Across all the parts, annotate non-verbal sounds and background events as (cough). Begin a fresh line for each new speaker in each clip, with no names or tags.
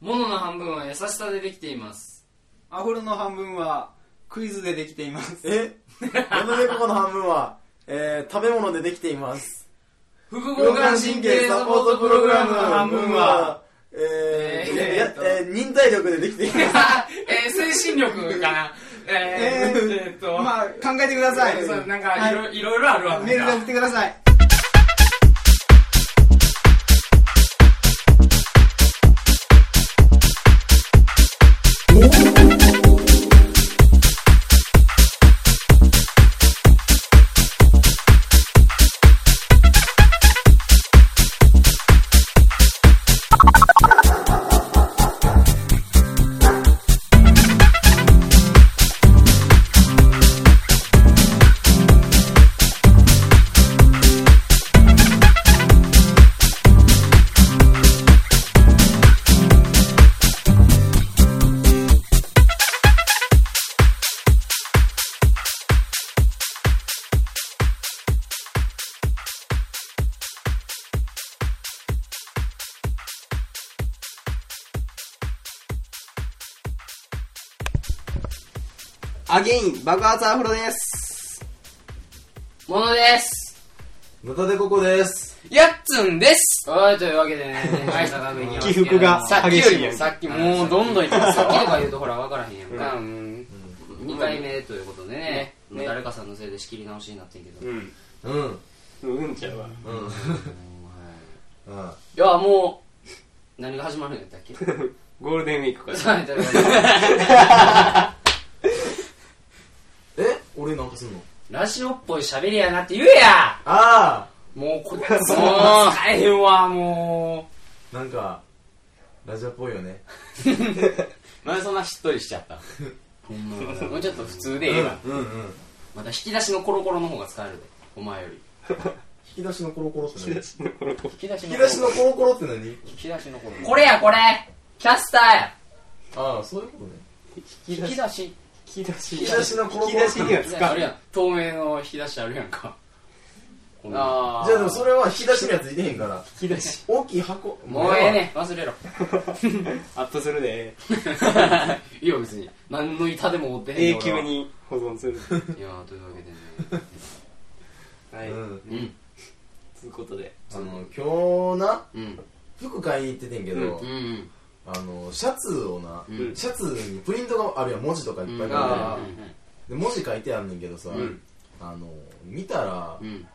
物の半分は優しさでできています
アフロの半分はクイズでできています
えヤムデココの半分は、えー、食べ物でできています。
副交感神経サポートプログラムの半分は、 (laughs)
えー、え
えーっと
えー忍耐力でできています。
えー、精神力かなえー、えーっと、
まあ考えてください
そうなんかいろ、、
はい
ろいろあるわ
メールで
なん
送っ
か
てください
アゲイン爆発アフロです
ものです
のたでここです。
やっつんです
はいというわけで (laughs) ね大した額には
起伏が
さっきよりも
激しい
さっきもうどんどんいってさっきとか言うとほら分からへんやんか、
うん
2回目ということでね
ね
誰かさんのせいで仕切り直しになってんけど、も
うん
うん。うん。
うんちゃうわ
う
う
ん。
はいいやもう何が始まるんやったっけはい
ゴールデンウィークから
ということで
え俺なんかすんの
ラジオっぽい喋りやなって言うや
あ
もうこれもう使えへんわも
あなんか、ラジオっぽいよね。
なんでそんなしっとりしちゃった
うもうちょっと普通でええわ、
うんうん。
また引き出しのコロコロの方が使えるでお前より
引き出しのコロコロって何
引き出し
引
の
き
コロ
出
コ
し
ロ
のコロコロって何
引き出しの頃
これやこれキャスターや
ああ、そういうことね。
引き出し
引き出し
引き出しのコロコロ
引き出しには
引き出し
使
あ
う
るやん透明の引き出しあるやんか
あ
ああ
じゃあでもそれは引き出しにはついてへんから。
引き出し
大きい箱。
もうええねん忘れろ
アップするで
いいよ別に何の板でも追ってへん
永
よ
久に保存する
俺はいやーというわけでね
は
え
い
わ。うん。
うん
ということで
あの、今日な、
うん
服買いに行っててんけど、
うん
あの、シャツをな、
うん
シャツにプリントがあるやん、文字とかいっぱい書いて
あ
あ
ー
る、で文字書いてあんねんけどさ、
うん
あの、見たら、
うん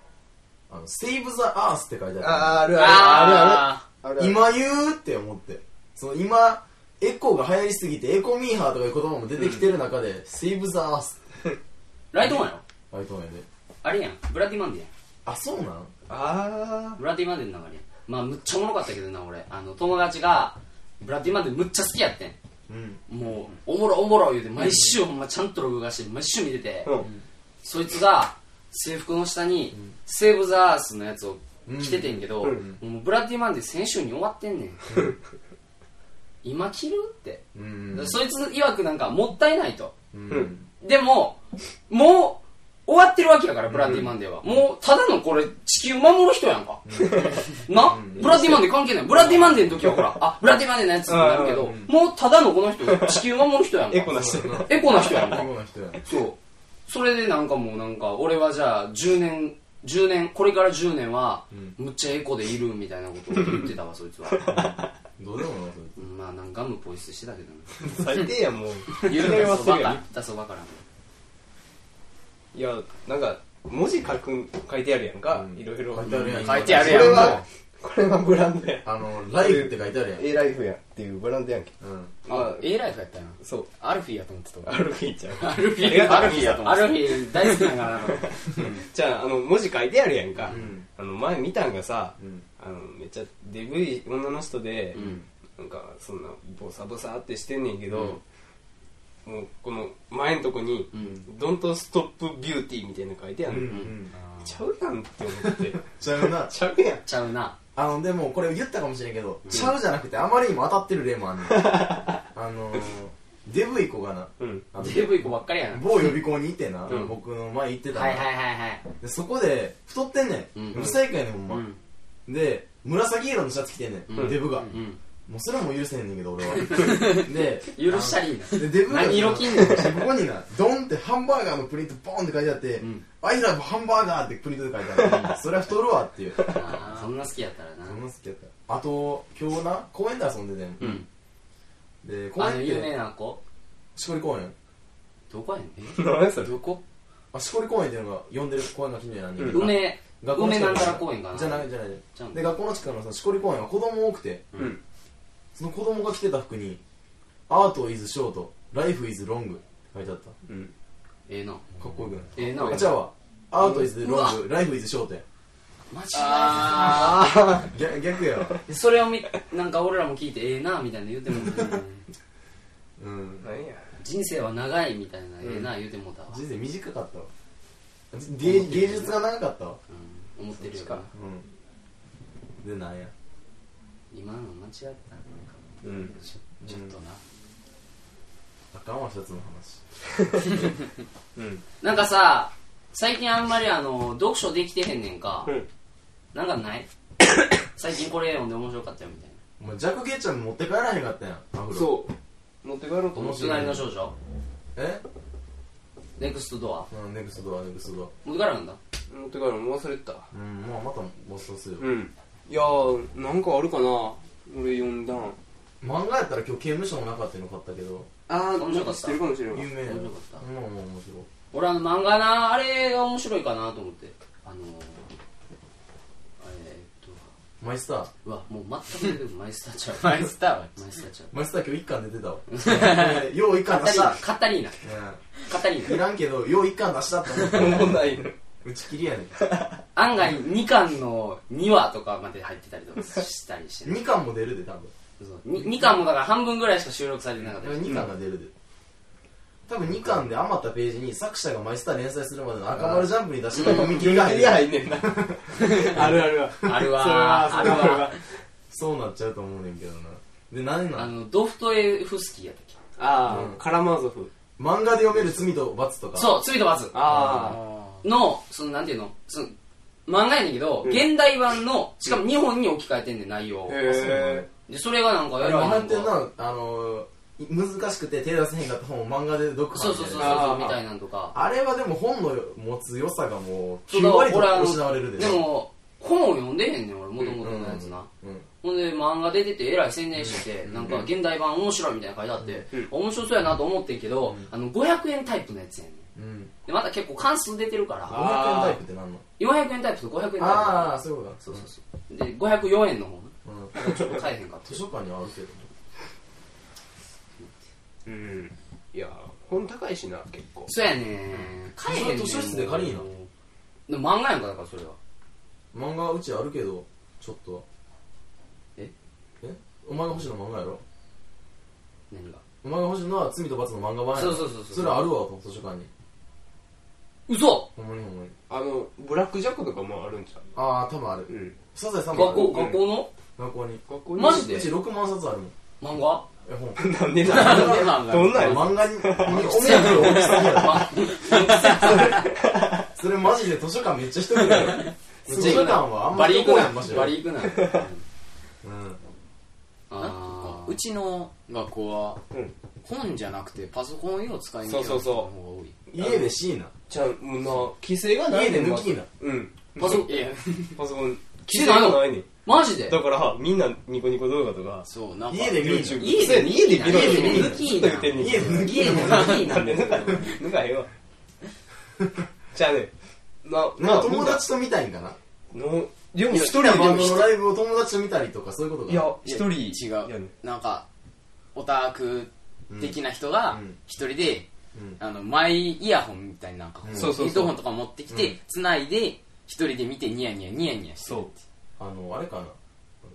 あの、Save the Earth って書いて
あ
あ
ある
あ
あ
る。
今
今言うって思って。その今、エコが流行りすぎて、エコミーハーとかいう言葉も出てきてる中で、Save the Earth
ーライトマンやろ
あれと思うやで。
あれやんブラディマンディや
あ、そうなん
あ
んブラディマンディの流れやんまあむっちゃおもろかったけどな俺あの友達がブラディマンディむっちゃ好きやってん
うん。
もうおもろおもろ言うて毎週ほんまちゃんと録画して毎週見てて、
うん
そいつが制服の下に、セーブ・ザ・アースのやつを着ててんけど、
うん
もうブラッディ・マンデー先週に終わってん
(laughs)
ねん今着るって、
うん。
そいつ曰くなんかもったいないと
うん。
でももう終わってるわけやからブラッディ・マンデーは、もうただのこれ地球守る人やんか、な、ブラッディ・マンデー関係ないブラッディ・マンデーの時はほらあブラッディ・マンデーのやつになるけど、
うん
もうただのこの人地球守る人やんか
エコなし
そうやな
エコな人やんか
エコな人やな。
そうそれでなんかもうなんか俺はじゃあ10年10年これから10年はむっちゃエコでいるみたいなことを言ってたわそいつ
(laughs)
は
どうでもな、それ。
うんまあなんかガムポイ捨てしてたけどね
最低やもう (laughs) 言うて
言
は
っ
するや
たそばからの
んいやなんか文字書く書いてあるやんか
うん
いろいろ
書いてあるやん
書いてあるやん
これはこれはブランドや
あの、ライフって書いてあるやん。
A ライフやっていうブランドやんけ
うん。
あ A ライフやったな
そう
アルフィーやと思ってた
アルフィーちゃん
アルフ
ありがとう
アルフィーやと思ってたアルフィー大好きだからな
じゃああの文字書いてあるやんか、
ん
あの前見たんがさ、
うん
あのめっちゃデブい女の人で、
うん
なんかそんなボサボサってしてんねんけど、もうこの前のとこに「
うん
Don't Stop Beauty」みたいなの書いてあ
う
る
んう
の、
ん。
ちゃうやんって思って (laughs)
ちゃうな。
ちゃうやん
ちゃうな
あの、でもこれ言ったかもしれんけど、ちゃうじゃなくて、あまりにも当たってる例 (laughs) もあんねん。あのー、デブイ子がな、
うん
あの
デブイ子ばっかりやな
某予備校にいてな、
うん
僕の前行ってたの
はいはいはいはい
でそこで、太ってんねん。
うん
うるさいかいねん、ほんま。
うん
で、紫色のシャツ着てんねん、
うん
デブが。
うん
もうそれはもう許せへんねんけ
(laughs)
ど俺はで
許したりいいな
あのでデブが
何色着んねん
ここになドンってハンバーガーのプリントボーンって書いてあって
ん
「アイラブハンバーガー」ってプリントで書いてあってそれは太るわっていうそ
あーそんな好きやったらなん
な好きやったあと今日な公園で遊んでてん
うん
で公
あ
園
の
っ
有名
て
な子
しこり公園
どこやねん
何やそ
え
れ
どこ
あしこり公園っていうのが呼んでる公園が近所なんで
梅梅なんたら公園かな
じゃないじゃない
じゃん
で学校の近くのさしこり公園は子供多くて
うん
その子供が着てた服に「アートイズショートライフイズロング」って書いてあった
うん
ええな
かっこよくない
ええな
あ、じゃあわアートイズロング、ライフイズショー (laughs) トや
マジ
あ
逆逆やわ
でそれをみなんか俺らも聞いてええなみたいな言うてもうたね
うん
何や
人生は長いみたいなええな言うてもうたわ
人生短かったわ芸芸術が長かったわ
うん思ってるよな
そっちか
うんでなんや
今の間違ったなんか
うん
ちょちょっとな
あかんわ一つの話
うん
なんかさ最近あんまりあの読書できてへんねんか
うん
なんか (coughs) ない最近これ読んで面白かったよみたいな
お前ジャック・ケイちゃん持って帰らへんかったやんアフロう
そう持って帰ろうと思って
隣の少女
え
ネクストドア
うんネクストドアネクストド
持ってからなんだ
持って帰ろう忘れてた
アうんまあまたボスするよ
うんいやーなんかあるかな俺読んだん
漫画やったら今日刑務所の中っていうの買ったけど
あ
ー
なんか知ってるかもしれない
有名や
面白かった
うんもう面白い
俺あの漫画なあれが面白いかなと思ってあのー、えー、っと
マイスター
うわもう全く出てこないマイスターちゃうマイスターはマイスターちゃう
マイスター今日一巻出てたわ (laughs) 俺よう一巻
カ
出
タ
し
リ
た
ーナカタリーナカタリ
い
ーナ
らんけど、よう一巻出したって思って、
問題ない
打ち切りやねん。
案外2巻の2話とかまで入ってたりとかしたりして、ね、
2巻も出るで、多分。
2, 巻もだから半分ぐらいしか収録されてなかったりして
2巻が出るで。多分2巻で余ったページに作者がマイスター連載するまでの赤丸ジャンプに出してた読み切りが入る。
入んねんなあるあるわ
(laughs) あるわー
それは
あるわ
それは
そうなっちゃうと思うねんけどな。で、何な
あ
ん
のドフトエフスキーやったっけ
あ
うん
あカラマーゾフ
漫画で読める罪と罰とか。
そう罪と罰
あ
のそのなんていうのその漫画やねんけど、現代版のしかも日本に置き換えてんねん内容を、
あ
そうなの
へ
でそれがなんか
あ
や
れは
ばい
判定
のか
な、あのー、難しくて手出せへんかった本を漫画で読破
そうそうそうそう
みたいな
そうみたいなんとか
あれはでも本の持つ良さがもう
そう
9
だ
割と
俺あの
失われるで
でも本を読んでへんねん俺もと
う
も
ん
とのやつな、
うん
ほんで漫画出ててえらい宣伝してて、なんか現代版面白いみたいな書いてあって、
うん
面白そうやなと思ってんけど、あの500円タイプのやつやねん
うん
でまた結構関数出てるから
500円
あー
タイプって何の
400円タイプと500円タイプ
ああそういうこと
そうそうそうで504円の方
う、ん、
なんかちょっと買えへんかった
図書館にはあるけど
えうんいや本高いしな結構
そうやねん買えへんねん
図書室で借りいな
でも漫画やんかだからそれは
漫画はうちあるけどちょっと
え
えお前が欲しいの漫画やろ
何が
お前が欲しいのは罪と罰の漫画版やろ
そうそうそうそう
それはあるわと図書館に
嘘
ほんまにほんまに
あのブラックジャックとかもあるんちゃ
ああ多分ある
ううん
サザエさん
学
もある
校学校の
学校に
学校に
マジで
うち6万冊あるもん
漫画
え本
なんでなんで
漫画
どんなんや
漫画にお目当て大きすぎやろ
(laughs)
それマジで図書館めっちゃ人来るやろ図書館はあんま
バリ
り
行く
や
なん
マジで
バリ行くな
うん
あー
うちの学校は
うん
本じゃなくてパソコンを使いに行く
そうそうそう
方が多い
家でしいな
ちゃうもうな規制がない
家
ねん
で抜きな
うん
パソコンいや
パソコン
規制ないの
ないねん
マジで
だからみんなニコニコ動画とか
そうなんか
家で見る
YouTube
家
そうや
で
ねん家で見ろ
家で見
よ
る
ずっと言ってんねん
家で抜き
家でいいな
(laughs) なんで抜か抜かへんわじゃあねな
なん
な
か友達と見たいんかな
のでも
いや
好
一人
き
で
なバン
も
ドのライブを友達と見たりとかそういうことか
いや一人
違
やね
うなんかオタク的な人が
うん
一人で、
うん
あのマイイヤホンみたいななんか、
うん
そうそうそう
ヘッドホンとか持ってきて、
うん
繋いで一人で見てニヤニヤニヤニヤして
そう
あのあれかな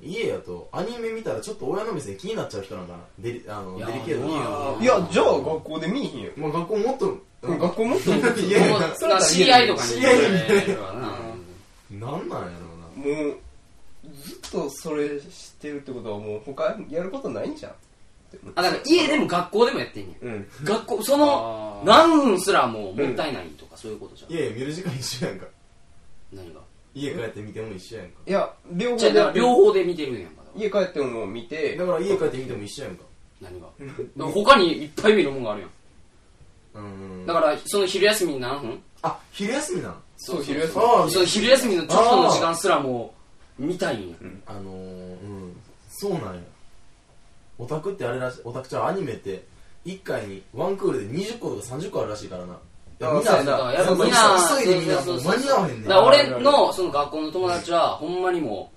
家やとアニメ見たらちょっと親の目線気になっちゃう人なんかなデリあの
いや
デリケー
ど
ト
うな
な
の
いやじゃあ学校で見えへんよ
まあ学校もっとうん
学校もっと
いやいや
それは知り合いとかに
知り合いに
るわな
なんなんやろうな
もうずっとそれしてるってことはもう他やることないんじゃん
あだから家でも学校でもやってんねん
うん
学校その
あー
何分すらもうもったいないとかそういうことじゃん
いやいや見る時間一緒やんか
何が
家帰って見ても一緒やんか
いや両方
じゃあだから両
方
方で見てるんやんかだか
家帰っても見て
だから家帰って見ても一緒やんか
何がだから他にいっぱい見るもんがあるやん
うん
だからその昼休み何分
あ昼休みなの
そう昼休み
ああ
その昼休みのちょっとの時間すらも見たいんや
あのー、うんそうなんやオタクってあれらしいオタクちゃんアニメって1回にワンクールで20個とか30個あるらしいからないや
あ
みんな
そうやな
だからやっぱ
そう
みんな
急いでみんな
そうそう
間に合わへんねん
だから俺のその学校の友達はほんまにも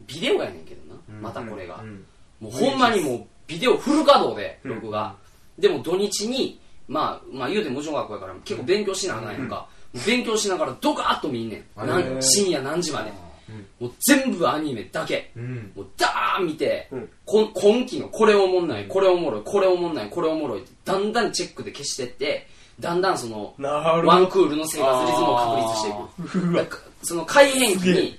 うビデオやねんけどな、またこれが、
うん
もうほんまにもうビデオフル稼働で録画、でも土日にまあまあ言うてもちろん学校やから結構勉強しなあかんやんか、勉強しながらドカーッと見んね
あ
んな
へ
ん
ー
深夜何時まで、もう全部アニメだけ
うん
もうダーン見て、
うん
こ今期のこれおもんないこれおもろいこれおもんないこれおもろいってだんだんチェックで消してってだんだんその
な
ワンクールの生活リズムを確立していく。だからその改変期に、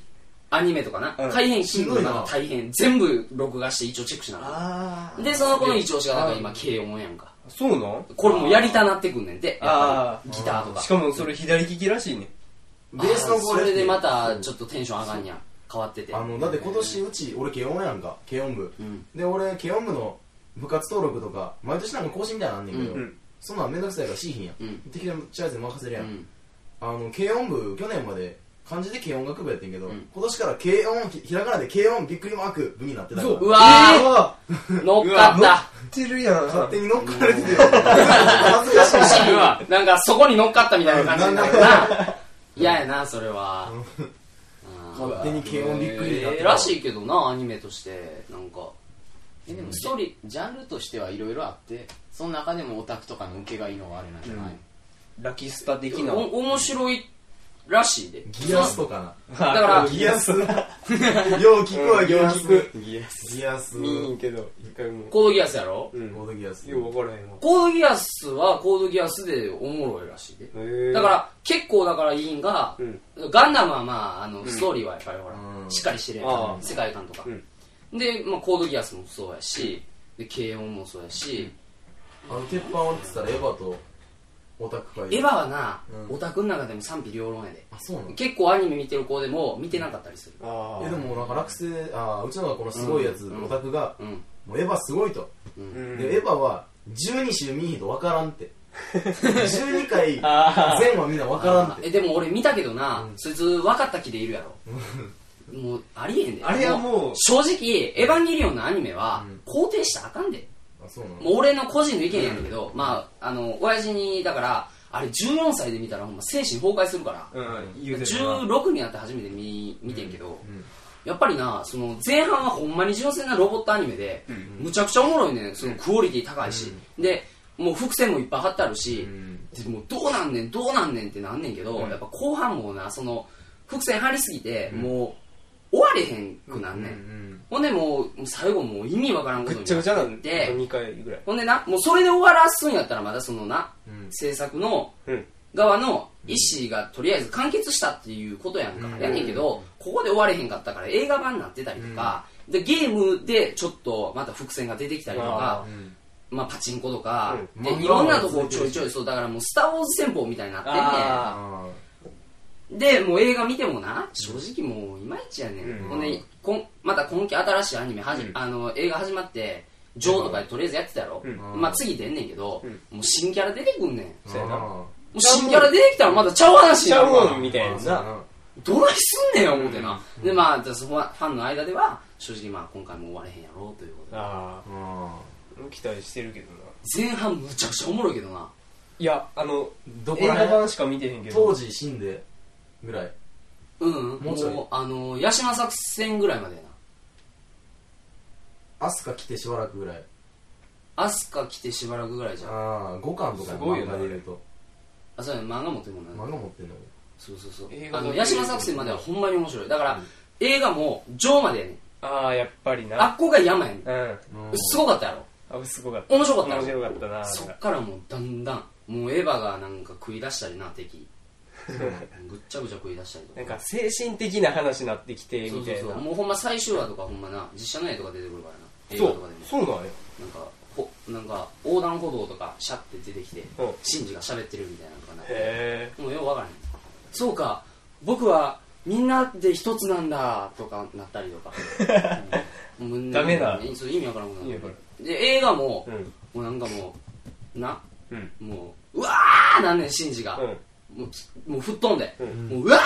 アニメとかな
うん、
改変頻度が大変、全部録画して一応チェックしなが
あ
ら。で、その子の一押しがなんか今、軽音やんか。
そうなん
これもうやりたなってくんねんて、や
あ
っぱりギターとか。
しかもそれ左利きらしいね
ベースの子
あーそれでま
た
た、ちょっとテンション上がんにゃん。変わってて。
あのだって今年うち俺軽音やんか軽音部
うん
で俺軽音部の部活登録とか毎年なんか更新みたいなのあんねんけど、
うん
そんなんめんどくさいからしいひんや、
うん
適当にチャイズに任せる
う
やん、
ん。
あの軽音部去年まで漢字で軽音楽部やってんけど、
うん
今年から軽音ひひらがなで軽音びっくりマーク部になってたか
う
ら
わー乗っかっ
うわ
た。
知ってるやん
勝手に乗っかれてて恥ずかしいし
うわなんかそこに乗っかったみたいな感じになるな。 (laughs) 嫌やな、それは。うん
勝手に軽音びっくりになって
え
た
ーらしいけどなアニメとしてなんか
えでもストーリージャンルとしてはいろいろあってその中でもオタクとかの受けがいいのがあれなんじゃない、
ラキスタ的な
お面白いらしいで
ギアスとか
だから
なギアスよう聞くわギアス
ギアス
ギアス
見ん
コ
けど一回も
コードギアスやろ
うん
ードギアス
よう分からへんわ
コードギアスはコードギアスでおもろいらしいで
へー
だから結構だからいいんが
うん
ガンダムはまああのストーリーはやっぱりほら
うん
しっかりしてるや
あ
ん
ー
世界観とか
うん
でまあコードギアスもそうやしで軽音もそうやし
あの鉄板折ってたらエヴァとオタク会
エヴァはな
うん
オタクの中でも賛否両論やで
あそうなの
結構アニメ見てる子でも見てなかったりする
あ
えでもなんか落成あーうちの学校のすごいやつ、
うん
オタクが、
うん
もうエヴァすごいと、
うん
でエヴァは12種見ひんとわからんって12回全話みんなわからんっ
え
て
でも俺見たけどな、
うん
そいつ分かった気でいるやろもうありえんで
あれはもう
正直「エヴァンゲリオン」のアニメは
うん
肯定したらあかんで
あそうなの
もう俺の個人の意見やけど、まああの親父にだからあれ14歳で見たらほんま精神崩壊するから、
うん言うてるな
16になって初めて見見てんけど、
うん
やっぱりなその前半はほんまに純粋なロボットアニメで、むちゃくちゃおもろいねんそのクオリティ高いし、でもう伏線もいっぱい貼ってあるし、
うん
でもうどうなんねんどうなんねんってなんねんけど、
うん
やっぱ後半もなその伏線張りすぎて、もう終われへんくなんねん、
うん
ほんでもうもう最後もう意味わからんこ
ぐ
と
っちゃぐ
に
ちゃ
な
な
っ
ん
てて
で2回ぐらい
ほんでなもうそれで終わらすんやったらまだそのな
うん
制作の
うん
側の意思がとりあえず完結したっていうことやんか、
うん
やねんけどここで終われへんかったから映画版になってたりとか、でゲームでちょっとまた伏線が出てきたりとかまあ、パチンコとか、
うん
で
漫画
いろんなとこちょいちょいそうだからもう「スター・ウォーズ」戦法みたいになってんねん
あ
あ
でもう映画見てもな正直もういまいちやねん、
うん
ほんでこんまた今期新しいアニメはじ、
うん
あの映画始まって「ジョー」とかでとりあえずやってたやろ、
うん
まあ次出んねんけど、
うん
もう新キャラ出てくんねんも
ー
そうやな
あ
う新キャラ出てきたらまだちゃう話に
ち
な
ゃ
る
うもん
わ
みたい
ー
な
そうや
な
な
どないすんねん思ってな、でまあそのファンの間では正直まあ今回も終われへんやろうということで
あ
あ
ー期待してるけどな
前半むちゃくちゃおもろいけどない
やあの
ーどこ
映
ら
画
辺
版しか見てへんけ
当
ど
時死んでぐらい
うん、
も
も
うちょいう
あの八島作戦ぐらいまでやな
アスカ来てしばらくぐらい
飛鳥来てしばらくぐらいじゃんあ
ああ5巻とか
すごいよな
漫画で言うと
そうやね漫画持ってるもんな
漫画持ってんの
そうそうそう
映画
あ
だ
の
け
八島作戦まではほんまに面白いだから、映画も「ジョー」までやねん
ああやっぱり
あ
な
っこが山やねん
うん
すごかったやろ
あすごかった
面白かったや
面
ろ
白かったな
そっからもうだんだんもうエヴァがなんか食い出したりな敵ぐっちゃぐちゃ食い出したりとか
なんか精神的な話になってきて
そう
み
そ
た
う
い
そ
な
うもうほんま最終話とかほんまな実写の絵とか出てくるからな映
そ
画とか
う
でも
そうなんや
なんかほなんか横断歩道とかシャッて出てきて
うん
シンジが喋ってるみたいなのかな
へ
もうようわからへんそうか
(laughs)
僕はみんなで一つなんだとかなったりとか
え
もう
ダメだ
ねそう意味わからんもん
い
な
やこ
で映画も、
れうん
もうなんかもうな、
うん
もううわーなんねんシンジが、
うん
もうきもう吹っ飛んで、
うん
もううわ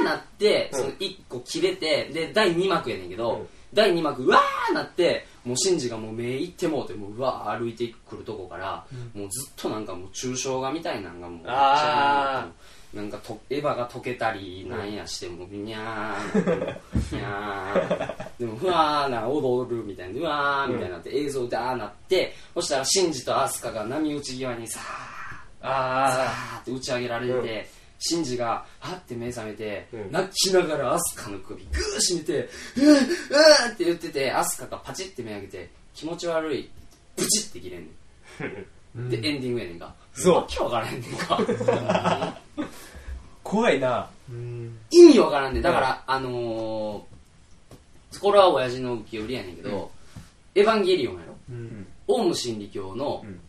ーなって、
うん
その1個切れてで第2幕やねんけど、
うん
第2幕うわーなってもうシンジがもう目いってもうてもううわー歩いてくるとこから、もうずっとなんかもう抽象画みたいなんがもう
あ
なんかとエヴァが溶けたりなんやしてもうにゃーにゃーでもふわーな踊るみたいなうわーみたいになって映像であーなってそしたらシンジとアスカが波打ち際にさー
あ
あーって打ち上げられて、
うん
シンジがはって目覚めて、
うん
泣きながらアスカの首グー締めて「うーうーって言っててアスカがパチって目開けて気持ち悪いブチって切れんねんでエンディングやねんか
そう
わけわからへんねんか
怖いな
うん
意味わからんねんだから、あのー、これは親父の受け売りやねんけど「エヴァンゲリオン」やろ
うん
オウム真理教の,、
うん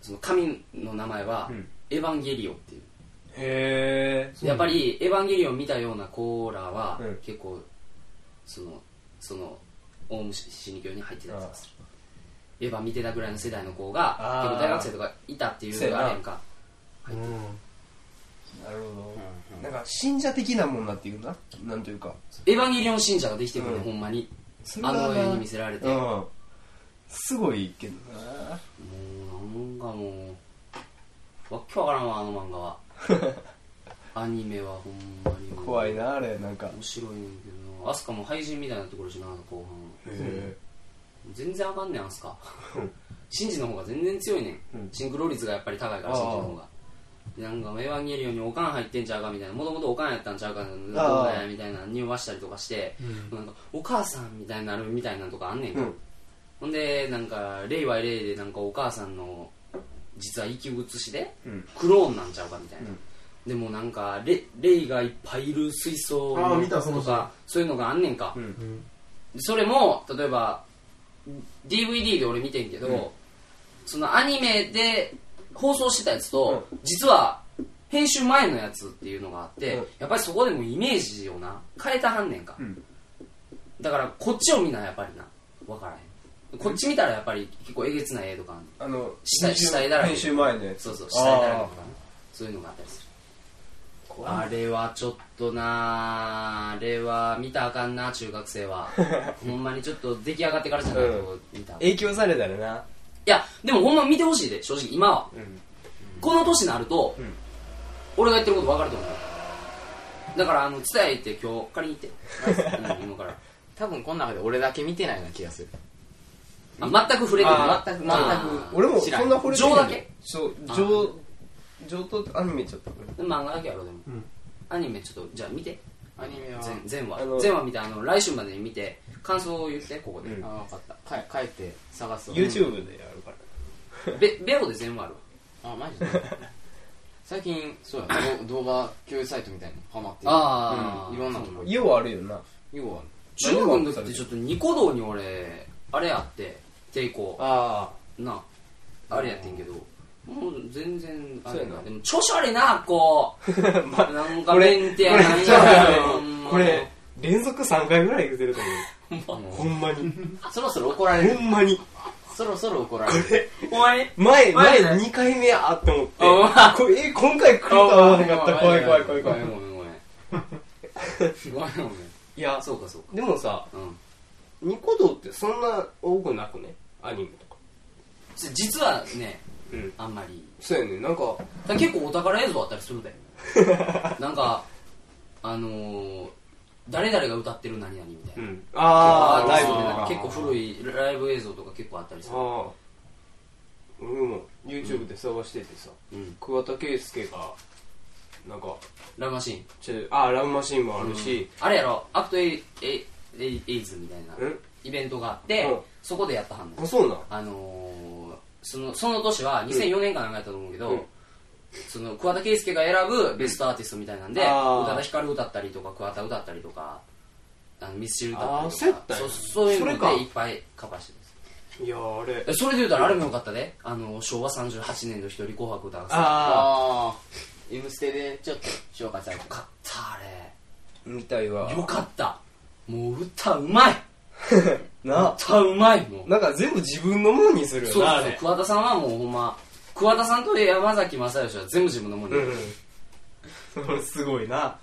その神の名前は、
うん
エヴァンゲリオンっていう
へえ
やっぱり「エヴァンゲリオン」見たようなコーラは、
うん
結構そのそのオウム真理教に入ってたりとかするエヴァ見てたぐらいの世代の子が
あー
結構大学生とかいたってい
そう
う
や
の
な
があれやんか
なるほどなんか信者的なもんなっていうななんというか
エヴァンゲリオン信者ができてるのね、
うん
ほんまに
それ
あ
はな
の絵に見せられて、も
うんすごいけど
(laughs)
な
うなんかもうわっけわからんわあの漫画はアニメはほんまにもう
怖いなあれなんか
面白いんだけどなアスカも廃人みたいになところしな後半
へ
全然あかんねんアスカシンジの方が全然強いねん、
うん
シンクロ率がやっぱり高いからシンジの方がなんかエヴァンゲリオンにおかん入ってんちゃうかみたいなもともとおかんやったんちゃうかどうだやみたいな匂わしたりとかして、なんかお母さんみたいになるみたいなのとかあんねんか、
うん
ほんでなんかレイはレイでなんかお母さんの実は生き写しで
うん
クローンなんちゃうかみたいな、
うん
でもなんかレレイがいっぱいいる水槽
あー見たその
と
人
かそういうのがあんねんか、
うん
うん
それも例えば DVD で俺見てんけど、
うん
そのアニメで放送してたやつと、実は編集前のやつっていうのがあって、
うん
やっぱりそこでもイメージをな変えたはんねんか、
うん
だからこっちを見なやっぱりな分からへんこっち見たらやっぱり結構えげつない絵とかあんねん
あの
下下絵だらけ
編集前のやつ
そうそう下絵だらけとかねそういうのがあったりするあれはちょっとなあれは見たらあかんな中学生 (laughs) はほんまにちょっと出来上がってからじゃないと見たらあかん、い
影響されたらな
やでもほんま見てほしいで正直今は
うん
この年になると、
うん
俺が言ってること分かると思うだからあの伝えて今日借りに行 (laughs) って、うん今から
多分この中で俺だけ見てないような気がする
あ全く触れてな
あ
い
全く全く
あー
俺もそんな惚れてへん
情だけ
そう
あ
情情とアニメちょっと
漫画だけやろでも、
ん
アニメちょっとじゃあ見て
アニメは
全全話
あの
全話見てあの来週までに見て感想を言ってここで、
うん
あ分か (laughs) ったか帰って探すわ
YouTube でやるから
ベベロで全部あるわ
あマジで (laughs) 最近そう
(laughs)
やど動画共有サイトみたいなのハマってる
あー
うんいろんなとこ
要はあるよ
(laughs)
な
要は
中学の時ってちょっとニコ動に俺あれあって抵抗
あ
なあれやってんけどもう全然あれや
そうや
な
な
でも調子悪いなこ
(laughs)
うなんかメンテやな
(laughs) これ
ん
ちょっと
や
待って
ほんま
これ連続3回ぐらい言ってると
あ
思うほんまに
そろそろ怒られる
ほんまに
そろそろ怒られる
お前
前前
前だ
2回目やと思って
お前
これえ今回来るとは思わなかった怖い怖い怖い怖
ご
い
めんごめんごめんごめんごめん
いや
あそうかそうか
でもさ
うん
ニコ動ってそんな多くなくねアニメとか
実はね
うん
あんまり
そうやねなんか
だから結構お宝映像あったりするでなんかあのー、誰々が歌ってる何々みたいな、
うん
あ
あ
ー
あ
ラ
ラ
イ
イ
ブ
ブ
で
で
なん
な
か
んか
結構古いライブ映像とか結構あったりする、
ああ俺も YouTube で探しててさ、
うん、
桑田佳祐がなんか
ラブマシーン
ちょああラブマシーンもあるし、
あれやろアクトエイエイエイズみたいな
うん
イベントがあって、
うん
そこでやったはんの
あそうなん
あのー、そのその年は2004年かなんかやったと思うけど、
うん
その桑田佳祐が選ぶベストアーティストみたいなんで
うんあー
宇多田ヒカル歌ったりとか桑田歌ったりとかあのミスチル歌ったりとか
あーそうやったん
そ
や
そういうの
それ
で
か
いっぱいカバーしてるんです
いやーあれ
えそれで言うたらあれもよかったであの昭和38年の一人紅白歌合戦
あ
あー M ステでちょっと紹介されて
よかったあれ
みたいわ
よかったもう歌うまい
な
歌うまいもん
なんか全部自分のものにするよ
そう
な
そ
あ
うそう
れ
桑田さんはもうほんま桑田さんと山崎正義は全部自分のもの、う
う
ん
ん (laughs) それすごいな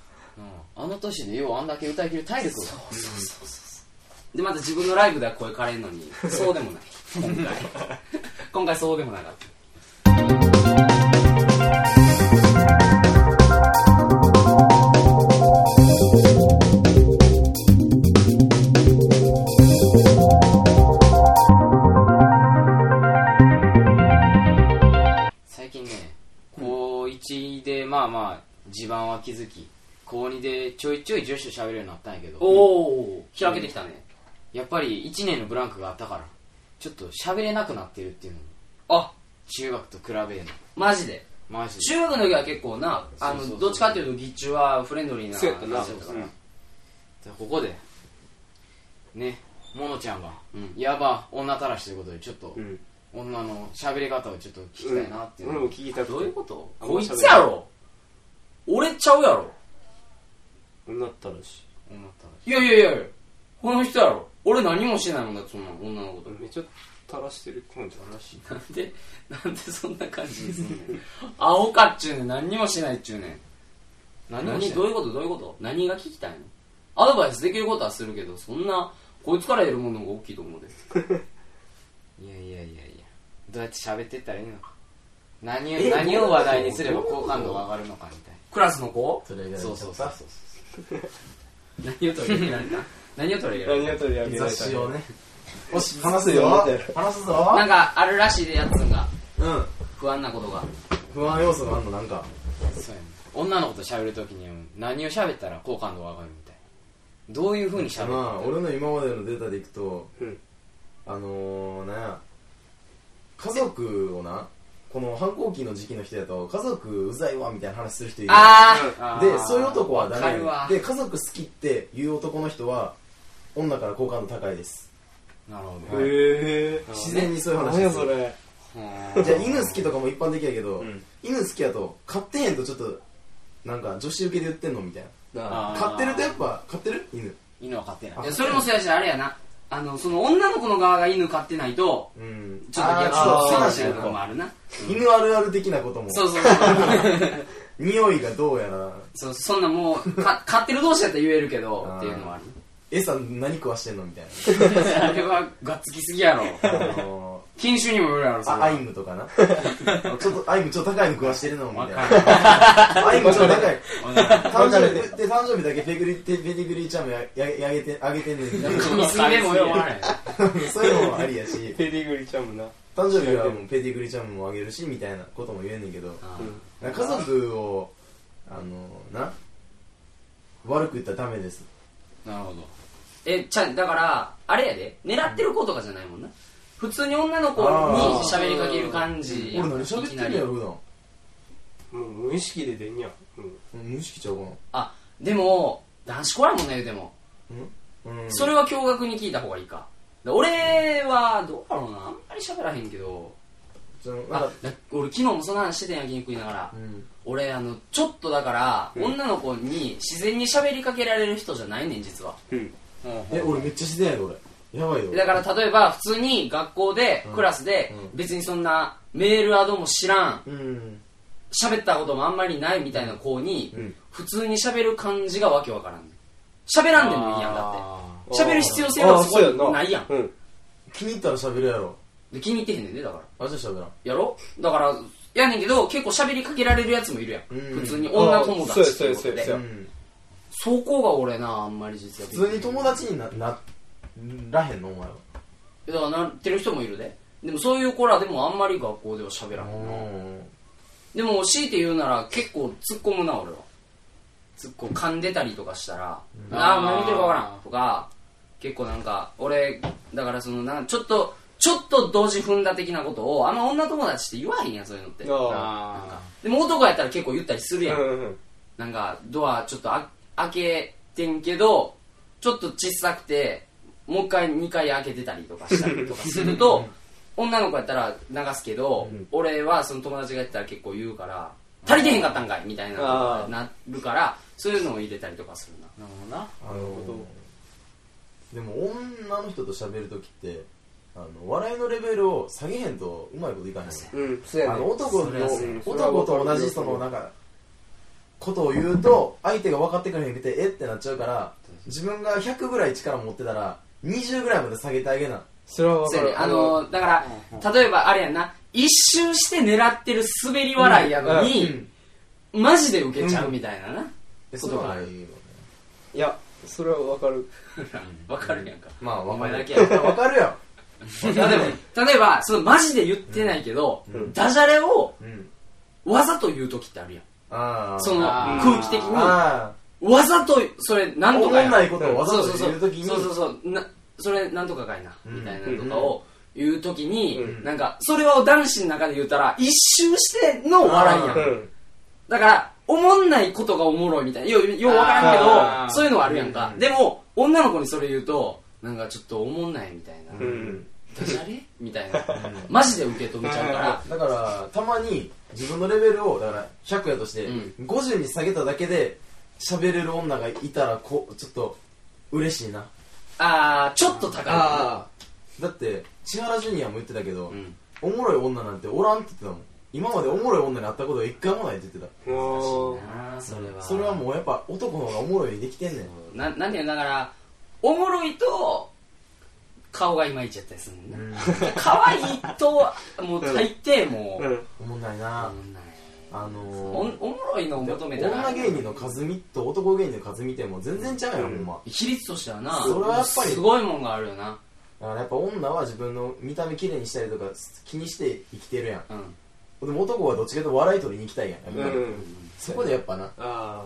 あの年でようあんだけ歌い切る体力を
でまた自分のライブでは声枯れんのにそうでもない今回今回そうでもなかった
最近ね高1でまあまあ地盤は築き高2でちょいちょい女子と喋るようになったんやけど
おお開けてきたね、
やっぱり1年のブランクがあったからちょっと喋れなくなってるっていうのも
あ
中学と比べるの
マジで
マジで
中学の時は結構なあ
そうそうそ
の
う
どっちかっていうとギッチュはフレンドリーな
そうやったな
感じだったか
う
ら
ん
じゃあここでねモノちゃんが、
うん
いわば女たらしということでちょっと、
うん
女の喋り方をちょっと聞きたいなっていう
俺
の、
も聞きたくて
どういうこと
あ
こいつやろ俺ちゃうやろ
女ったらし
女たらし
いやいやいやいやこの人やろ俺何もしてないもんだってそんな女の子と
めっちゃ垂らしてるこの人らしい
なんで、なんでそんな感じにすんね
(laughs)
ん。青かっちゅうねん、何にもしないっちゅうねん。何
もしない
どういうことどういうこと何が聞きたいのアドバイスできることはするけど、そんな、こいつから得るものが大きいと思うで。
(laughs) いやいやいやいやどうやって喋ってったらいいのか何を何を話題にすれば好感度が上がるのかみたい
クラスの子
それ以外
な
に
そうそうそうそう
何を取り上げられた何を取り上げられ
何やとりあえず
雑誌をねよし話すよ話すぞ
たなんか、あるらしいで、やつんが。
うん
不安なことが。
不安要素があんのなんか
そうやね女の子と喋るときに何を喋ったら好感度が上がるみたいなどういうふうに喋
ま
るの
あ俺の今までのデータでいくと、
うん
あのー、なんや家族をなこの反抗期の時期の人やと家族うざいわみたいな話する人いるやん
あ
あー
でそういう男はダメ
わか
やねんで家族好きっていう男の人は女から好感度高いです
なるほど、
へえ
自然にそういう話
何
で
や
す
それ
うん
じゃあ犬好きとかも一般的やけど、
ん
犬好きやと飼ってへんとちょっとなんか女子受けで言ってんのみたい
な
あ
な
ー
飼ってるとやっぱ飼ってる犬
犬は飼ってない
あ。いや、それもそうやし、あれやな。あの、その女の子の側が犬飼ってないと、
うん
ちょっと逆
あーそう
走
話
して
やる
る
と
と
こ
こもあるな。
犬あるある的なことも
そうそうそう。 (laughs)
匂いがどうやら
そうそんなもうか買ってる同士やったら言えるけど
あー
っていうのはある
餌何食わしてんのみたい
それはがっつきすぎや
(laughs)
ろ (laughs)
なあの
研修にもよるやろ
ー
それ
あアイムとか
(laughs)
なちょっとアイムちょっと高いの食わしてるのみたい
分
な
かる
アイムちょっと高い
(laughs)
誕
か
生
れて
日で誕生日だけペグリペペディグリーちゃんもやややげてあげてんねんけど
見すぎでもよあれ
そういうのもありやし
ペディグリちゃんもな
誕生日はもうペディグリちゃんもあげるしみたいなことも言えんねんけど家族をあのな悪く言ったらダメです
なるほど
えちゃうだからあれやで狙ってる子とかじゃないもんな普通に女の子に
あー
喋りかける感じ
俺何喋っ
いき
て
なんり
ねやろ普段
もう無意識で出んやんうん
無意識ちゃうか
あでも男子校やもんね言うても
なうん
それは驚愕に聞いた方がいいかだ俺はどうだろうなあんまり喋らへんけど
そのなん
あ
か
だ俺昨日もそんな話してたんや焼肉食いながら
うん
俺あのちょっとだから、女の子に自然に喋りかけられる人じゃないねん実は
うん
え俺めっちゃ自然やで俺やばいよ
だから例えば普通に学校で、
うん
クラスで、
うん
別にそんなメールアドも知らん
うん
喋ったこともあんまりないみたいな子に、
うん
普通に喋る感じがわけわからんねん喋らんでもいいやんだ
あ
って喋る必要性はそこ
あーそうやんな
ないやん
うん
気に入ったら喋るやろ
で気に入ってへんねんねだから
あじゃあ喋らん
やろだからやねんけど結構喋りかけられるやつもいるやん、
うん
普通に女友達っていうこと
あーそうやそうやそう
で
や
うん
そこが俺なあんまり実は
普通に友達になならへんのお前は
だからなってる人もいるででもそういう子らでもあんまり学校では喋らん
うん
でも強いて言うなら結構突っ込むな俺は突っ込む噛んでたりとかしたら「ああ何見てるかわからん」とか結構なんか俺だからそのなんちょっとちょっと同時踏んだ的なことをあんま女友達って言わへんやんそういうのって
あ
あ
でも男やったら結構言ったりする
ー
やん、
うんうんうん
なんかドアちょっとあ開けてんけどちょっと小さくてもう一回2回開けてたりとかしたりとかすると女の子やったら流すけど、俺はその友達がやったら結構言うから足りてへんかったんかいみたいな
あー
なるからそういうのを入れたりとかするな
なるほどな
あのでも女の人と喋るときってあの笑いのレベルを下げへんとうまいこといかへん
うんそうやね
あの男
そりゃ
の
そうやね
男と同じそのなんかことを言うと相手が分かってくれへんくてえってなっちゃうから自分が100ぐらい力持ってたら20ぐらいまで下げてあげな
それは分
そう
か
やね
る
あのーだから、例えばあれやんな、一周して狙ってる滑り笑いやのに、マジで受けちゃうみたいなな。
えそうはないよね
いやそれは分かる
わかるやんか。
まあ
お
分か
前だ
る (laughs)
けやんか
分かるよ
(laughs) 例えば、例えば、そのマジで言ってないけど、ダジャレを
うん
わざと言うときってあるやん。
ああ
その
あー
空気的に、わ
あ
ざと、それ、な
あ
んと
思ん
かや
ないことをわざ
そう
と
そう
言うときに
そうそうそうなそれなんとかかいな、
うん
みたいなのとかを言うときに、
うん
なんかそれを男子の中で言うたら一周しての笑いやん、
うん
だからおもんないことがおもろいみたいなようよう分からん
あ
け
ー
どそういうのはあるやんか、でも女の子にそれ言うとなんかちょっとおもんないみたいな、
うん
ダジャレみたいなマジで受け止めちゃうから
だからたまに自分のレベルをだから100やとして、
う
50に下げただけで喋れる女がいたらこうちょっと嬉しいな
ああちょっと高い
あ
だって千原ジュニアも言ってたけど、
うん
おもろい女なんておらんって言ってたもん今までおもろい女に会ったことは一回もないって言って
あも
あーそれは
たそれはもうやっぱ男の方がおもろいにできてんねん
ななんていうのだからおもろいと顔がいまいちやったりするもんな、可愛いともう大抵もう、
う
おもんないな、あ
お
の
ん
ー、
おもろいのを求めたら
女芸人の数見と男芸人の数見ても全然ちゃうよ、ん、ほんま
比率としてはな
それはやっぱり
すごいもんがあるよな
だからやっぱ女は自分の見た目綺麗にしたりとか気にして生きてるやん
うん
でも男はどっちかというと笑い取りに行きたいやんやっぱり
うん
そこでやっぱな
あ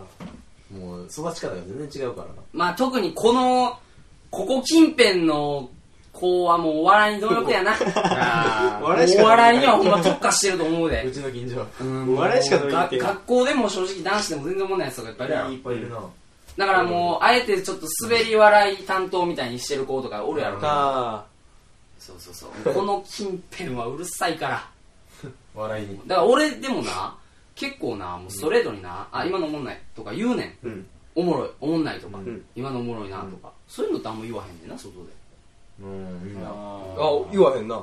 もう育ち方が全然違うからな
まあ特にこのここ近辺の子はもうお笑いに貪欲 (laughs) やな
あ
お笑いにはほんま特化してると思うで
うちの近所は
(laughs) うん
お笑いしか伸び
が
てない
学校でも正直男子でも全然おもんないやつとかいっぱいいるやろ
いっぱいいるな
だからもう、あえてちょっと滑り笑い担当みたいにしてる子とかおるやろな。
あ
そうそうそう。この近辺はうるさいから。
笑いに
だから俺でもな、結構な、もうストレートにな、あ、今のおもんないとか言うねん。
うん
おもろい、おもんないとか、
ん
今のおもろいなとか。そういうのってあんま言わへんねんな、外
うんみんな
あ言わへんな
で。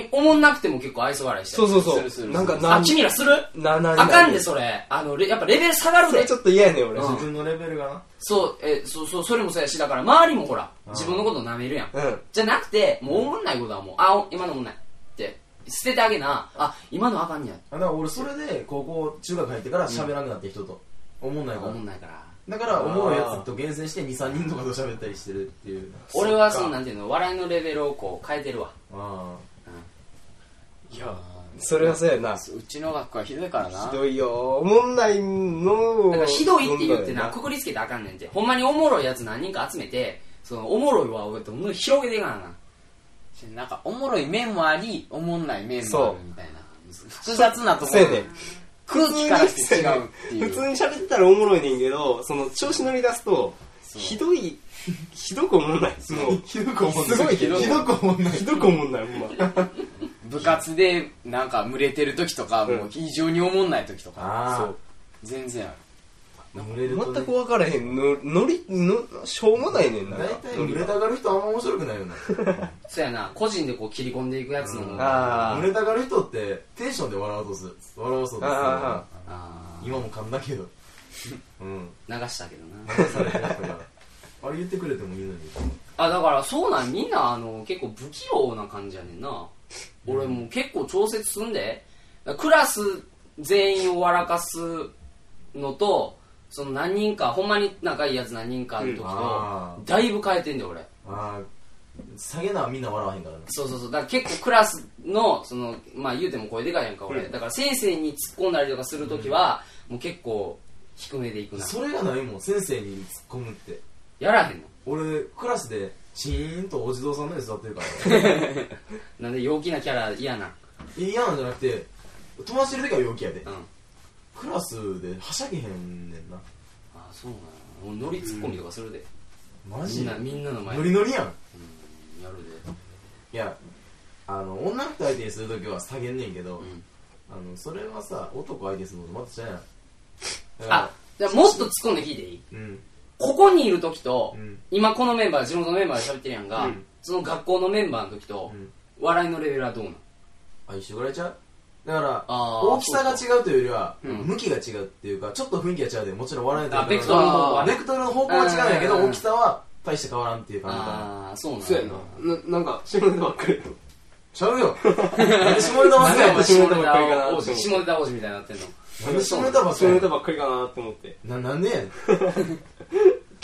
いおもんなくても結構愛想笑いして
そうそうそ
するす
う
る
なんか
あ、
何
君らする
なな
あかんで、それ。あの、レやっぱレベル下がる
それ
で
ち。ょっと嫌やねん俺
うん
自分のレベルがな
そう、え、そう、そう、それもそうやし、だから周りもほら、
あー
自分のこと舐めるやん。
うん
じゃなくて、もうおもんないことはもう、あ、お今のおもんないって、捨ててあげな、あ、今のあかんねや、
あだから俺それで高校中学入ってから喋らなくなって人と思んない
お
から
もんないから。
だからおもろいやつと厳選して23人とかと喋ったりしてるっていう
俺はそのなんていうの、笑いのレベルをこう変えてるわ。
あ
いやそれはそうやなひ
うちの学校はひどいからな
どいよおもんないの
だからひどいって言ってな、
こ
くくりつけてあかんねんて。ほんまにおもろいやつ何人か集めて、そのおもろい輪をどんどん広げていかなあかん。
なんかおもろい面もありおもんない面もあ
そ
る
う
みたいな複雑なとこ
そ
ろ
うやねん
空気からして違うっていう
普通に喋ってたらおもろいねんけどその調子乗り出すとひどいひどくおもんないもう
ひどく思んない
すごいひどい
ひどく思んない
ひどくおもんないほんま
部活でなんか群れてる時とか、もう非常におもんない時とか
あ
全然ある
あ濡れるとね
全く分からへんの乗りのしょうもないねんな
大体濡れたがる人あんま面白くないよな
そやな、個人でこう切り込んでいくやつのも、あ
あ
濡
ー
れたがる人ってテンションで笑おうとする笑おうそうとする
あ
あ
今も噛んだけどうん
ー、流したけどな。
流されてるからあれ言ってくれてもいいのに
あだからそうなんみんなあの結構不器用な感じやねんな、俺もう結構調節すんでクラス全員を笑かすのとその何人かほんまに仲いいやつ何人かの時
う
と、
ん
あ
だいぶ変えてんだよ俺
ああ下げなみんな笑わへんからな
そうそうそうだから結構クラスのそのまあ言うても声でかいやんか俺、
うん
だから先生に突っ込んだりとかする時は、もう結構低めでいくな
それがないもん先生に突っ込むって
やらへんの
俺クラスでチーンとお地蔵さんのように座って
(laughs)
るから
なんで陽気なキャラ嫌なん
嫌なんじゃなくて友達いる時は陽気やで
うん
クラスではしゃげへんねんな
あそうなん俺ノリ突っ込みとかするで、
マ
み
ジ
んなみんなの前
ノ
で
リノリやん
やるで
いやあの女の人相手にするときは下げんねんけど、
ん
あのそれはさ男相手にするのとまた違うやんだから
あ、じゃあもっと突っ込んで聞いていい
うん
ここにいる時と、
うん
今このメンバー地元のメンバーで喋ってるやんが、
うん
その学校のメンバーの時と、
うん
笑いのレベルはどうなの
あ一緒ぐらいちゃうだから
あー
大きさが違うというよりは、
うん
向きが違うっていうかちょっと雰囲気が違うでもちろん笑え
あ
ない
ベク
という
トルの
か
方は
ベ
ね
クトルの方向は違うんやけ
うん
ど
うんうん
大きさは大して変わらんっていう感じかな
ああそうなんだ
そうやな。な、なんか、下ネタばっかりやと。
ちゃうよなんで下ネタばっかりや
なん
っ
で
た
下ネタ
ばっかりかな
王子下ネタ王子みたいになってんの
なんで下ネタばっか
下
りや
ネ
った
タばっかりかなと思って。
ななんでやねん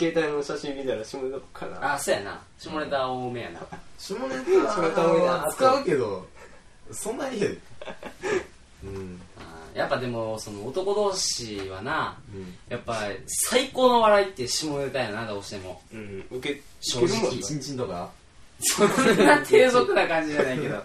携帯の写真見たら下ネタばっかりだな。
ああそうやな下ネタ多めやな、
下ネ
(laughs)
下ネタ多いな
タ使うけどそんなにやでうん
あーやっぱでもその男同士はな
うん
やっぱ最高の笑いって下ネタやなどうしても
うん。受け、
正直
受けるもんな
チンチンとか
そんな低俗な感じじゃないけど、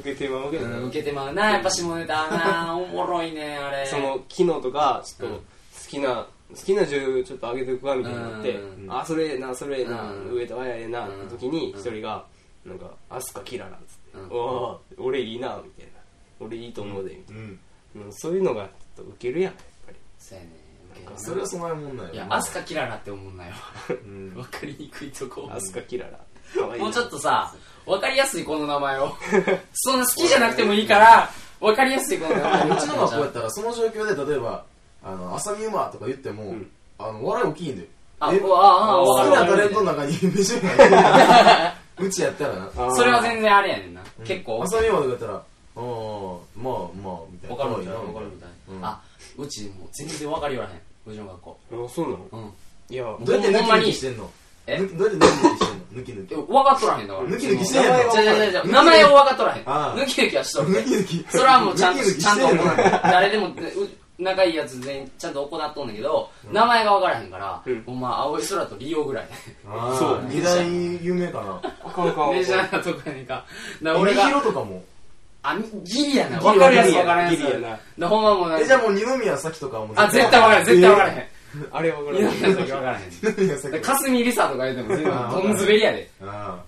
受けてまうけ
う
ど
ん、
な。
受けてまうなやっぱ下ネタなおもろいねあれ
その、機能とか、ちょっ
うん
と、好きな、好きな女優ちょっと上げておくわ、みたいになって
う、ん
あ、それええな、それええな
う、ん
上とあやええな、って時に、
うん
一人が、なんか、アスカキララ、つって、
うん
おー俺いいな、みたいな。俺いいと思うで、みたい
うん
な。うんそういうのが、ちょっと受けるやん、やっぱり。
そうやね受けるな
それはそのもんないよ
いやアスカキララって思うんなよ
うん
わかりにくいとこ
アスカキララ。可愛いな
もうちょっとさわかりやすいこの名前をそんな好きじゃなくてもいいからわかりやすいこの名前
うちの学校やったらその状況で例えば「あの浅見馬」とか言っても、
ん
あの笑い大きいんだよ
あ
え
うわああ
好
わ
き
か
な
る
タ
わか
レ
る
ントの中に飯しないうちやったらな
あー
それは全然あれやねんな、結構
浅見馬とかやったら「ああ
わかるみたいなわ
まあまあ」みたいな可愛いな
かるみたいな、
うん
あうちもう全然わかりよらへんうちの学校
あそうなの
うん
いや、
(laughs)
どうやって
ほんま
抜き抜
に
きしてんの
え
ぬどうやって抜き抜きしてんの抜き抜き
え分かっとらへんだから
抜き抜きしてんの
じゃじゃじゃ名前を分かっとらへん
ああ
抜き抜きはしとる
抜き抜き
それはもうちゃんと
抜き抜き
ちゃ
し
ん
て
と
ん
行
の
う誰でもう仲いいやつ全員ちゃんと行っとんだけど名前が分からへんから
うん
ほんま青い空とリオぐら
(laughs)
い
あー
そう
二大有名かな
あかんあかん。
メジャーなとこやねんかだから
俺
俺が
広とかも
あギリやな分かるやつ
ギリや
分からんやつ
ギリやな
だほんまもうなん
えじゃあ
か
もう二宮咲とかはもう
あ絶対分からへん絶対分からへん
あれは分
二
からん
宮の時分からへん
二宮咲
かすみりさとか言うても全部どんずべりやで
あ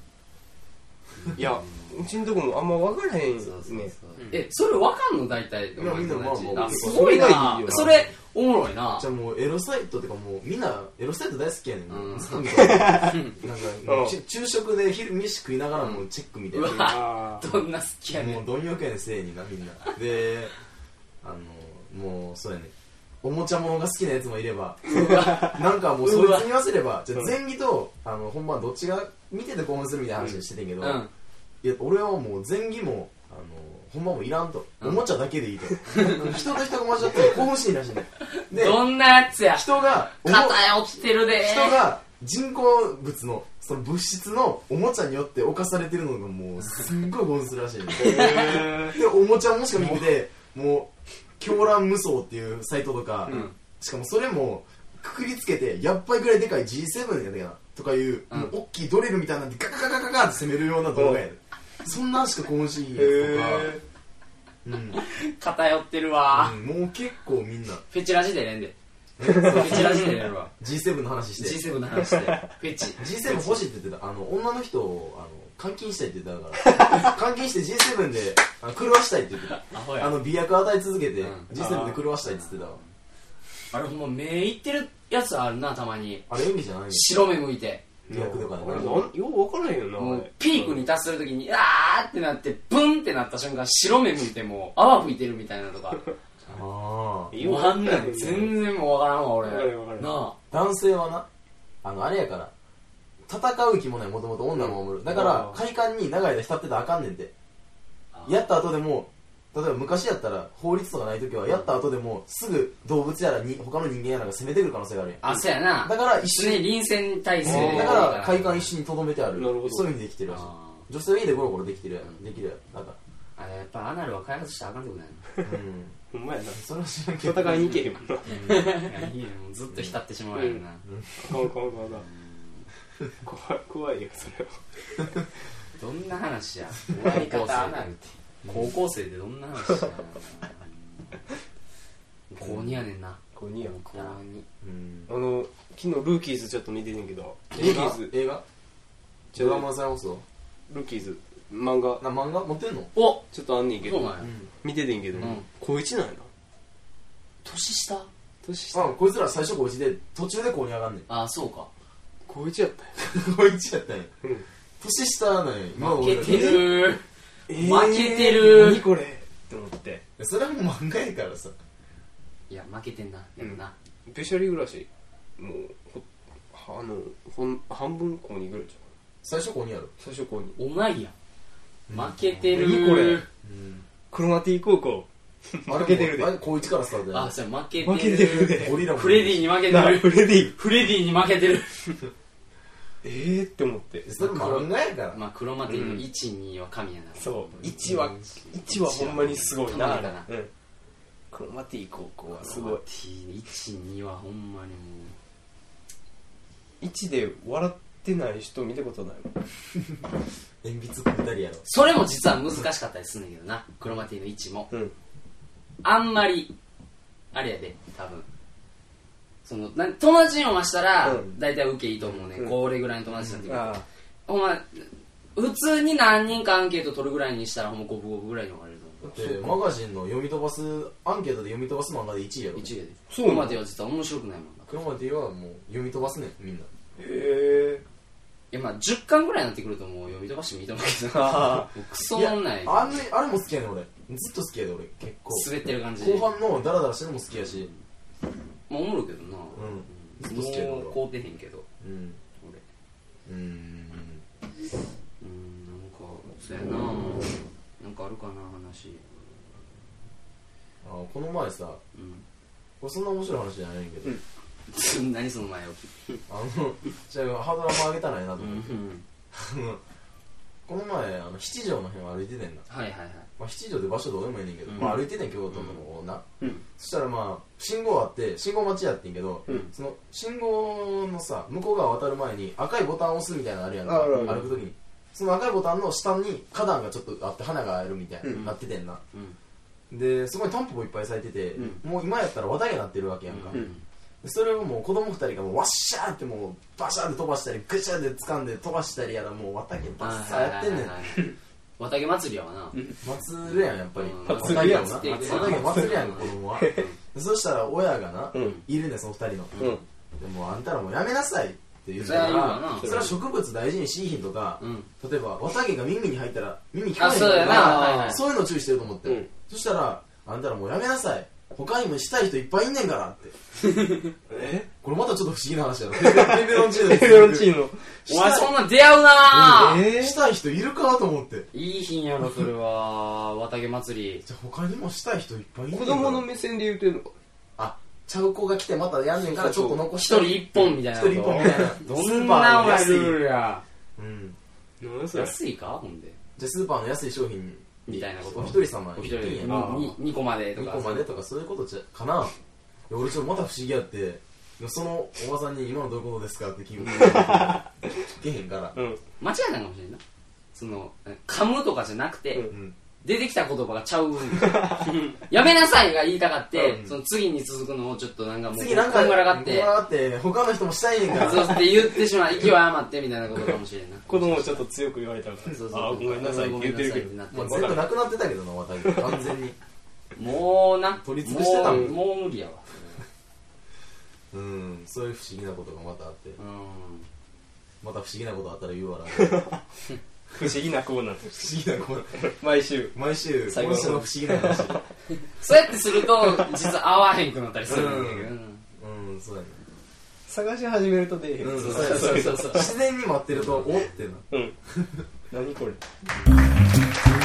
いや、うちのとこもあんま分からへんね。
えそれわかんの大体お前友達
いやみんなまあまあ
あすごい
それが
ない
いよな
それおもろいな
ーじゃあもうエロサイトってかもうみんなエロサイト大好きやねん
(laughs) うん
なんかなん
うん
かち昼食で昼飯食いながらもチェックみたいうな
わ
あ
どんな好きやね
も
ん
う貪欲やねんせいになみんなであのもうそうやねおもちゃものが好きなやつもいればなんかもうそいつに言わせればじゃあ前儀とあの本番どっちが見てて興奮するみたいな話しててんけど、
うん
いや俺はもう前儀もあのほんまもういらんと、おもちゃだけでいいと人と人が交わって興奮しいらしいねで
どんなやつや
人がおも
偏ってるで
人が人工物のその物質のおもちゃによって侵されてるのがもうすっごい興奮するらしいねでおもちゃもしか見ててもう狂乱無双っていうサイトとか、
うん
しかもそれもくくりつけて100倍ぐらいでかい G7 やったかなとかいう,、
うん
もう大きいドリルみたいなんでガガガガガガって攻めるような動画やで、そんなんしか興奮しいやつとか、うん
偏ってるわ
うんもう結構みんな
フェチラジでれんでフェチラジでれるわ
G7 の (laughs) 話して
G7 の話してフェチ
G7 欲しいって言ってたあの女の人をあの監禁したいって言ってたから
(laughs)
監禁して G7 であの狂わしたいって言ってた
アホや
あの美薬与え続けて、
うん
G7 で狂わしたいって言ってたわ
あれほんま目いってるやつあるなたまに
あれ演技じゃないよ
白目向いて
美薬とか
俺なん
ね
よう分からへんよな
も
あ
う
れ。
ピークに達するときに、あーってなって、ブンってなった瞬間、白目向いてもう泡吹いてるみたいなとか。
ああ
うん。
もうあんなん全然もうわからんわ、俺。
わかるわかる
なあ。
男性はなあのあれやから戦う気もないもともと女も守るだか
う
ら
ん
快感に長い間浸ってたらあかんねんて
あ
やった後でも例えば昔やったら法律とかない時はやった後でもすぐ動物やらに他の人間やらが攻めてくる可能性があるやん
あ、そうやな。
だから一
一
緒
緒
に
に臨戦態勢
うん
で。
だから快感一緒にとどめてある
なるほど
そういうふうにできてるらしい
あ
女性は家でゴロゴロできてるやんできるやんなんか
あれやっぱアナルは開発したらあかんってこと
うん
ほんまやな。
それは知らんけど
戦いに行けへんもんな。
やな。いやいいねもうずっと浸ってしまうやんな。
あかんあかんあかんあかん。怖い、怖いよ、それは。
どんな話や。終わり方アナルって。高校生でどんな話や。高2やねんな。
こうにやん
高2。
うん
あの、昨日ルーキーズちょっと見ててんけど、ルー
映
キ
画
ーズ、
映画
ちょ
ドラマ再放送
ルーキーズ、漫画、
な漫画持ってんの
お
ちょっとあんねんけ
そうなん
ど
や、
ん
見ててんけど
うん、
高一なんやな。
年下
年下
あこいつら最初高1で途中で高2上が (laughs) んねん
ああそうか
高一やったよ
高1やったんや
うん
年下なんや今
負け
俺ら
てる
え
負けてる
何これって思って
それはもう漫画やからさ
いや負けてんなでもな、
ペシャリ暮らしもうほあのほん半分高2ぐらいじゃん
最初高2やろ
最初高2
同いやん負けてる、
何これ
うん
クロマティ高校負けてるで
あれ高1からスタートや
あそれ負けてる
負けてるで
ゴリラも
フレディに負け
な
て
フ
る
レディ
フレディに負けてる
えーって思って
それ漫画やから
まあ黒マティの12は神やな、
そう1は1はほんまにすごい
神
な
やな
うんクロマティ高校はす
す
ご
ご
い
い T12 はほんまにも
1で笑ってない人見たことないもん
鉛筆食ったりやろ
それも実は難しかったりすんだけどなクロマティの1も
うん
あんまりあれやで多分そのなん友達にもましたら、
うん
大体受けいいと思うね、
うん
これぐらいの友達なんて、
ああ
ほんま普通に何人かアンケート取るぐらいにしたらほんま五分五分ぐらいに終われると思う
だってマガジンの読み飛ばすアンケートで読み飛ばす漫画で1位やろ
1位やで
そ
そう
な
こ
の
までは実は面白くないもんな
クロマティはもう読み飛ばすねんみんな
へえ
いやまあ10巻ぐらいになってくるともう読み飛ばしてもいいと思うけ
(laughs)
ど
あ
もうクソもんない
いやあんねあれも好きやねん俺ずっと好きやで俺結構
滑ってる感じ
後半のダラダラしてるのも好きやし
まあおもろいけどな、
うんずっと好きやねん
も
俺
う
は
買うてへんけど
うん
俺
うーん
うんなんかそうやななんかあるかな話
あこの前さ
うん
これそんな面白い話じゃないねんけど、
うん
(laughs) 何その前置き
あの (laughs) じゃあハードルあんま上げたないなと
う
思って、
ん
この前あの七条の辺を歩いててんな、
はいはいはい
まあ、七条で場所どうでもいいねんけど、
うん
まあ、歩いててん京都の方をな、
うん
そしたらまあ信号あって信号待ちやってんけど、
うん
その信号のさ向こう側渡る前に赤いボタンを押すみたいなのあるやんか
あるある
歩く時にその赤いボタンの下に花壇がちょっとあって花があるみたいな、
うん
なっててんな
うん
ですごいタンポポいっぱい咲いてて、
う
もう今やったら綿毛なってるわけやんか、
うん
でそれをもう子供二人がもうワッシャーってもうバシャーで飛ばしたりグシャーで掴んで飛ばしたりやらもう綿毛バッサーやってんねん (laughs)
ん綿毛祭りやわな
祭るやんやっぱり
うん
祭りやんな
祭りやん
綿毛祭りやん子供はでそしたら親がな、
うん
いるねんその二人の、
(laughs) うん
でもあんたらもうやめなさいって言った
そりゃ言う
ら
わな
それは植物大事にしいひんとか、
うん
例えば綿毛が耳に入ったら耳聞こえへん
あそうや
と
なはいは
か
い
そういうの注意してると思って、
うん
そしたらあんたらもうやめなさい他にもしたい人いっぱいいんねんからって (laughs)
え
これまたちょっと不思議な話やろペペロンチーノ
ペペロンチーノ
お前そんなん出会うなぁ
え
したい人いるかと思って
いい品やろそれは綿毛祭
(laughs)
り
じゃあ他にもしたい人いっぱいいんねんか
子
ら
供の目線で言うてるのか
あちゃう子が来てまたやんねんからちょっと残し
一
て
人一本みたい
一
な
人一本みたい (laughs) な
ど
スー
ん
パー
なお
の
前
安い
ルールや
うん
何それ
安いかほんで
じゃあスーパーの安い商品
みたいなこと
お一人様
お一人で
や
あー
2個までと
2
か
個までとかそういうことじゃかないや俺ちょっとまた不思議やってそのおばさんに今のどういうことですかって聞く聞けへんから
うん
間違いないかもしれんなその噛むとかじゃなくて、
うん
ん
出てきた言葉がちゃうん (laughs) やめなさいが言いたかって、
うん
その次に続くのをちょっとなんかもう
次なんか
こんがらがって
こんがらがって他の人もしたいねんから
そうって言ってしまう息を誤ってみたいなことかもしれ
(laughs)
んな
子供をちょっと強く言われたから
そうそう
ああごめんなさいって言ってるけ
ごめん
ど
なさい
もう全部なくなってたけどな私完全に
もうな
取り尽くしてた
も
もん
うもう無理やわ
うんそういう不思議なことがまたあって
うん
また不思議なことあったら言うわな
不思議なコーナー
不思議なこ
毎週
毎週
最
最
後
後
の
の不思議な話
そうやってすると実は合わへんくなったりするんだけど、
う
うん
うんそうやね
探し始めると出えへん
うんそうやね
そうそうそう
自然に待ってるとおってな
うん何これ
「